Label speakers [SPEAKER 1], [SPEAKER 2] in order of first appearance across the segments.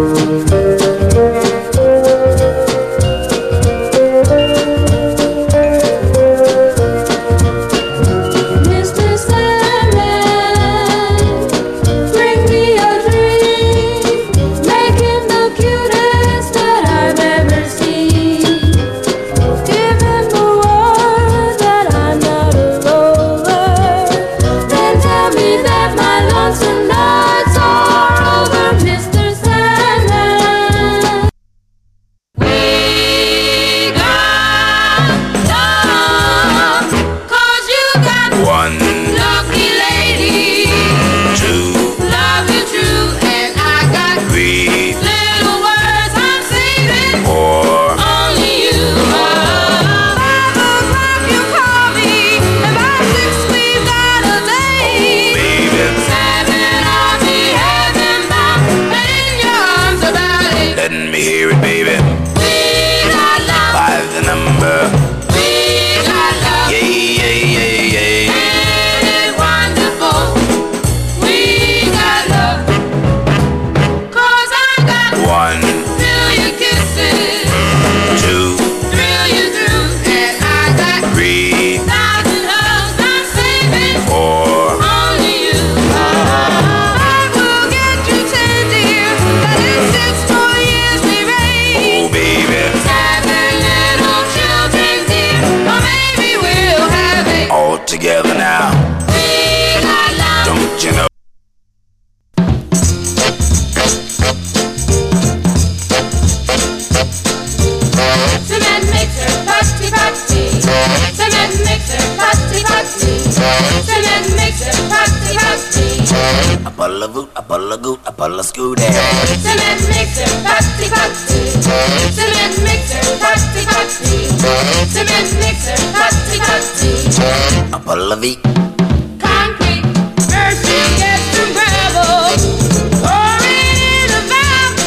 [SPEAKER 1] Oh,
[SPEAKER 2] Ah.
[SPEAKER 1] letting me hear it, baby. Five the number. Yeah, yeah, yeah, yeah. One, two, three, four, oh baby. All together now, don't you know?
[SPEAKER 2] Cement mixer, putty putty. Cement mixer, putty putty. Cement mixer, putty putty.
[SPEAKER 1] A pull a voot, a pull a goot, a pull a scooter.
[SPEAKER 2] Cement mixer, putty putty. Cement mixer, putty putty. Cement mixer, putty putty.
[SPEAKER 1] A pull a veet,
[SPEAKER 2] Concrete, mercy, get some gravel. Pour it in a valve.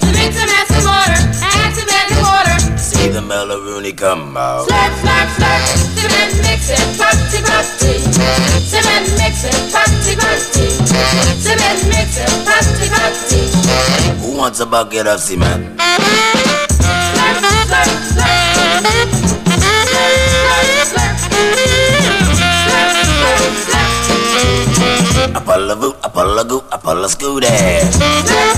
[SPEAKER 2] To mix a mess of water, add cement and water.
[SPEAKER 1] see the Melorooney come out.
[SPEAKER 2] Slurp, slurp, slurp, cement mixer, putty, putty. Cement mixer, putty, putty. Cement mixer, putty, putty.
[SPEAKER 1] Who wants a bucket of cement?
[SPEAKER 2] Slurp, slurp, slurp. Slurp, slurp, slurp. Slurp, slurp, slurp.
[SPEAKER 1] A pull a voot, a pull a goot, a pull a scooter.
[SPEAKER 2] Slurp,